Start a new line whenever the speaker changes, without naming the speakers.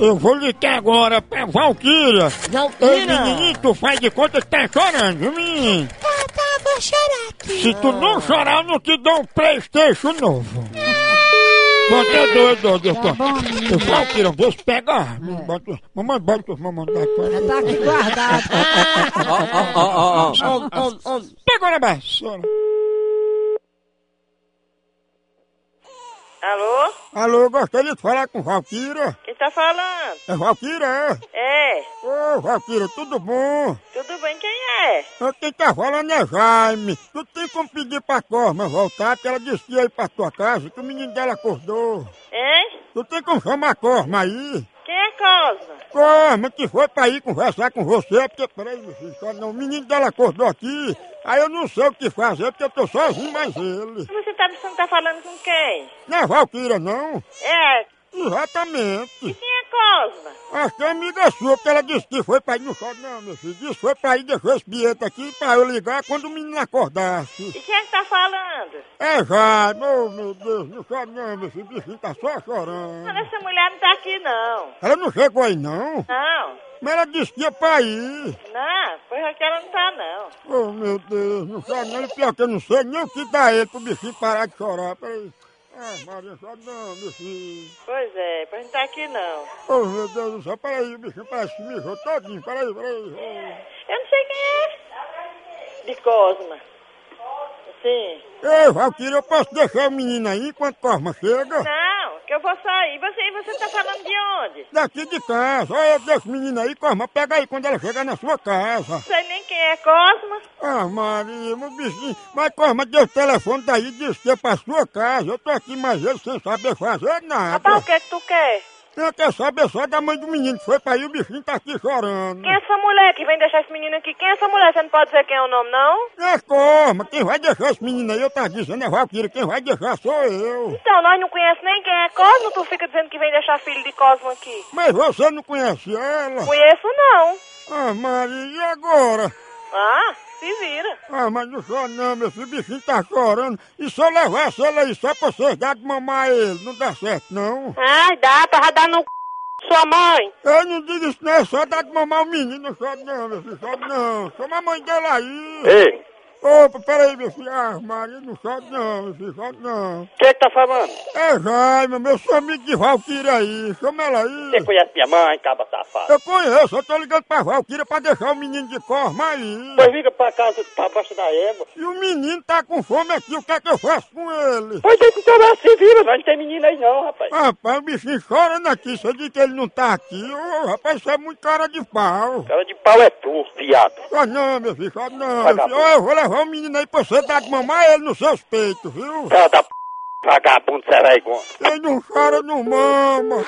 eu vou ligar agora pra Valkyria. Ei, menininho, tu faz de conta que tá chorando, viu, menino?
Tá, tá, vou chorar aqui.
Se tu não chorar, eu não te dou um Playstation novo.
Ah!
Bota dois, dois, dois. Tá
bom, menino. É.
Valkyria, vê se pega. Bota- Mamãe, bota tua mamãe lá fora.
Tá aqui guardado.
Pegou na vassoura.
Alô?
Alô, gostaria de falar com Valkyria.
Quem tá falando?
É Valkyria, é?
É,
Ô, Valkyria, tudo bom?
tudo bem, quem é?
Ô, Quem tá falando é Jaime. Tu tem como pedir pra Corma voltar, que ela disse que ia ir pra tua casa, que o menino dela acordou.
Hein?
Tu tem como chamar a Corma aí?
Quem é Cosma?
Corma, que foi pra ir conversar com você, porque, peraí, meu filho, só não, o menino dela acordou aqui, aí eu não sei o que fazer, porque eu tô sozinho mais ele.
Você tá pensando que tá falando com quem?
Não é Valquíria, não?
É,
Exatamente.
quem é Cosma?
Acho que é amiga sua, porque ela disse que foi pra ir, não chora não, meu filho. Disse que foi pra ir, deixou esse bilhete aqui pra eu ligar quando o menino acordasse.
E quem é que tá falando?
É, Jaime, oh, meu Deus, não chora não, meu filho, bichinho tá só
Mas
chorando.
essa mulher não tá aqui, não.
Ela não chegou aí não,
Não,
mas ela disse que ia pra ir.
não, pois aqui ela não tá, não.
Oh, meu Deus, não chora não, e pior que eu não sei nem o que dá ele pro bichinho parar de chorar, peraí. Ah, Maria, não chora não, meu filho.
Pois é, pois não tá aqui, não.
Oh, meu Deus do céu, peraí, o bichinho parece que mijou todinho, peraí, peraí.
Eu não sei quem é. De Cosma. Sim.
Oh. Ei, Valquíria, eu posso deixar o menino aí enquanto Cosma chega?
Não, que eu vou sair. Você, você tá falando de onde?
Daqui de casa, olha, eu deixo o menino aí, Cosma, pega aí quando ela chegar na sua casa.
Não sei nem quem é Cosma.
Ah, Maria, meu bichinho. Mas, é Corma, deu o telefone daí e disse que é pra sua casa. Eu tô aqui mais ele sem saber fazer
Rapaz, o
nada.
que é que tu quer?
Eu quero saber só da mãe do menino que foi pra aí, o bichinho tá aqui chorando.
Quem é essa mulher que vem deixar esse menino aqui? Quem é essa mulher? Você não pode dizer quem é o nome, não?
É, Corma, quem vai deixar esse menino aí, eu tava dizendo, é Valquíria, quem vai deixar sou eu.
Então, nós não conhecemos nem quem é Cosmo, tu fica dizendo que vem deixar filho de Cosmo aqui.
Mas você não conhece ela?
Conheço não.
Ah, Maria, e agora?
Ah, se vira.
Ah, mas não chora não, meu filho, o bichinho tá chorando. E se eu levasse ele aí só pra vocês dar de mamar ele, não dá certo, não?
Ai, Ah, dá pra dar no c... sua mãe.
Eu não digo isso não, é só dá de mamar o menino, só não, meu filho, só não. Chama a mãe dela aí.
Ei,
Opa, peraí, meu filho. Ah, Maria, não chora não, meu filho, só não.
quem é que tá falando?
É Jaime, meu sou amigo de Valquíria aí, chama ela
Você
aí.
conhece minha mãe, caba safado?
Eu conheço, eu tô ligando pra Valquíria pra deixar o menino de corma aí.
Pois liga pra casa, pra baixo da égua.
E o menino tá com fome aqui, o que é que eu faço com ele?
Pois tem que tomar se vira, nós não tem menina aí não, rapaz.
Rapaz, o bichinho chorando aqui, você diz que ele não tá aqui. Ô, rapaz, isso é muito cara de pau.
Cara de pau é tu, viado.
Ah, não, meu filho, ah, não, meu filho. Ó, eu vou levar o menino aí pra você dar de mamar ele nos seus peitos, viu?
Cara da p... vagabundo, você é vergonha.
Ele não chora, não mama.